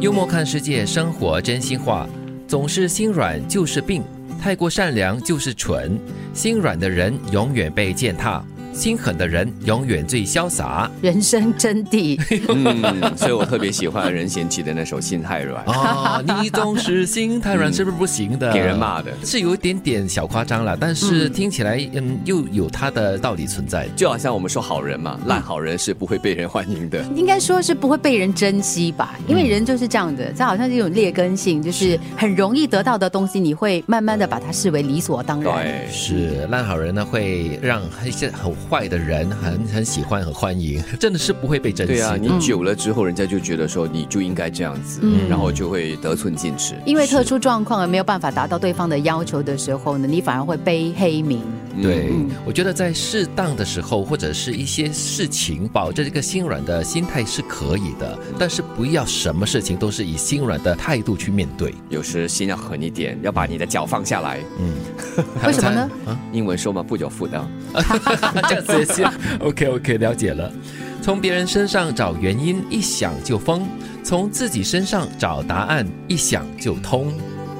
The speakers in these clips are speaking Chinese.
幽默看世界，生活真心话。总是心软就是病，太过善良就是蠢。心软的人永远被践踏，心狠的人永远最潇洒。人生 真谛，嗯，所以我特别喜欢任贤齐的那首《心太软》， 哦，你总是心太软，嗯是不是不行的？ 给人骂的。是有一点点小夸张了，但是听起来嗯又有它的道理存在。就好像我们说好人嘛，嗯烂好人是不会被人欢迎的。应该说是不会被人珍惜吧，因为人就是这样嗯的，这好像是一种劣根性，就是很容易得到的东西，你会慢慢的把它视为理所当然。对，是烂好人呢，会让一些很坏的人很很喜欢、很欢迎， 真的是不会被珍惜对的。啊，你久了之后，人家就觉得说你就应该这样子，嗯然后就会得寸进尺。因为特殊状况而没有办法达到对方的要求的时候呢，你反而会背黑名。嗯对，嗯我觉得在适当的时候，或者是一些事情，保着这个心软的心态是可以的，但是不要什么事情都是以心软的态度去面对。有时心要狠一点，要把你的脚放下来。嗯，为什么呢 啊还有才？啊，英文说嘛，不久负担。这样子 也行。OK OK，了解了。从别人身上找原因，一想就疯；从自己身上找答案，一想就通。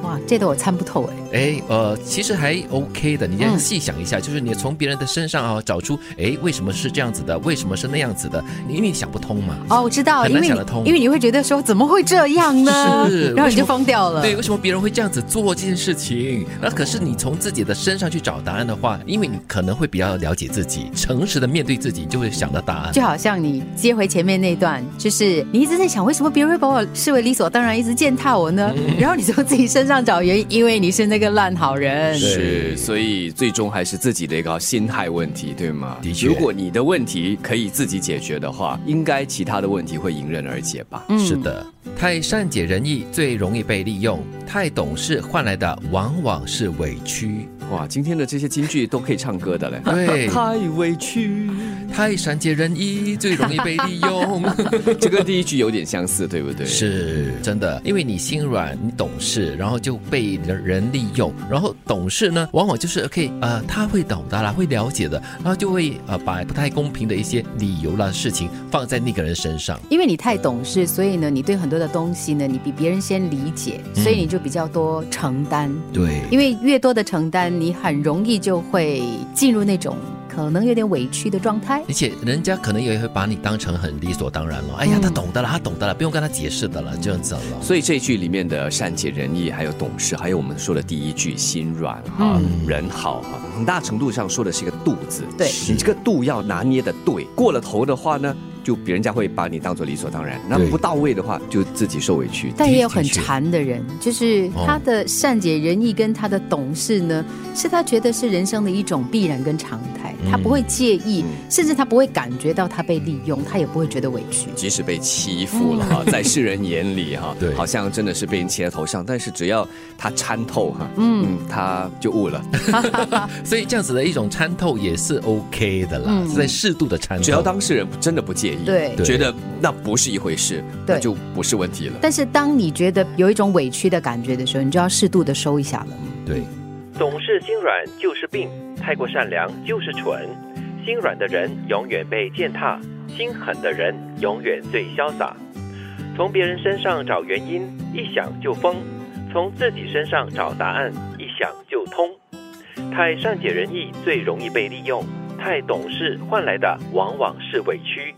哇，这个我参不透哎。哎，呃，其实还 OK 的。你这样嗯细想一下，就是你从别人的身上啊、找出，哎，为什么是这样子的？为什么是那样子的？因为你想不通嘛。哦，我知道，很因难为想你得通因为你会觉得说怎么会这样呢是？ 然后为你就什么疯掉了。对，为什么别人会这样子做这件事情？那可是你从自己的身上去找答案的话，因为你可能会比较了解自己，诚实的面对自己，你就会想到答案。就好像你接回前面那段，就是你一直在想为什么别人会把我视为理所当然，一直践踏我呢？然后你从自己身上找原因，因为你是那个烂好对人。是，所以最终还是自己的一个心态问题，对吗？的确如果你的问题可以自己解决的话，应该其他的问题会迎刃而解吧。嗯是的，太善解人意最容易被利用，太懂事换来的往往是委屈。哇，今天的这些金句都可以唱歌的嘞。 对，太委屈，太善解人意最容易被利 用。 这跟第一句有点相似，对不对？。是真的，因为你心软，你懂事，然后就被人人利用，然后懂事呢，往往就是可以呃，他会懂的啦，会了解的，然后就会呃，把不太公平的一些理由啦事情放在那个人身上。因为你太懂事，所以呢，你对很多的东西呢，你比别人先理解，所以你就比较多承担。对因为越多的承担，你很容易就会进入那种可能有点委屈的状态。而且人家可能也会把你当成很理所当然了，哎呀，嗯他懂的了，他懂的了，不用跟他解释的了，这样子了。所以这一句里面的善解人意，还有懂事，还有我们说的第一句心软哈、嗯人好哈、很大程度上说的是一个度字。对你这个度要拿捏的对，过了头的话呢，就别人家会把你当做理所当然；那对不到位的话，就自己受委屈。但也有很的确馋的人，就是他的善解人意跟他的懂事呢，是他觉得是人生的一种必然跟常态，他不会介意，嗯甚至他不会感觉到他被利用，他也不会觉得委屈。即使被欺负了哈，在世人眼里哈，嗯对好像真的是被人骑在头上，但是只要他参透哈，嗯嗯，他就悟了。所以这样子的一种参透也是 OK 的啦，嗯是在适度的参透。只要当事人真的不介意，对对觉得那不是一回事，对那就不是问题了。但是当你觉得有一种委屈的感觉的时候，你就要适度的收一下了。对，总是心软就是病，太过善良就是蠢。心软的人永远被践踏，心狠的人永远最潇洒。从别人身上找原因，一想就疯；从自己身上找答案，一想就通。太善解人意最容易被利用，太懂事换来的往往是委屈。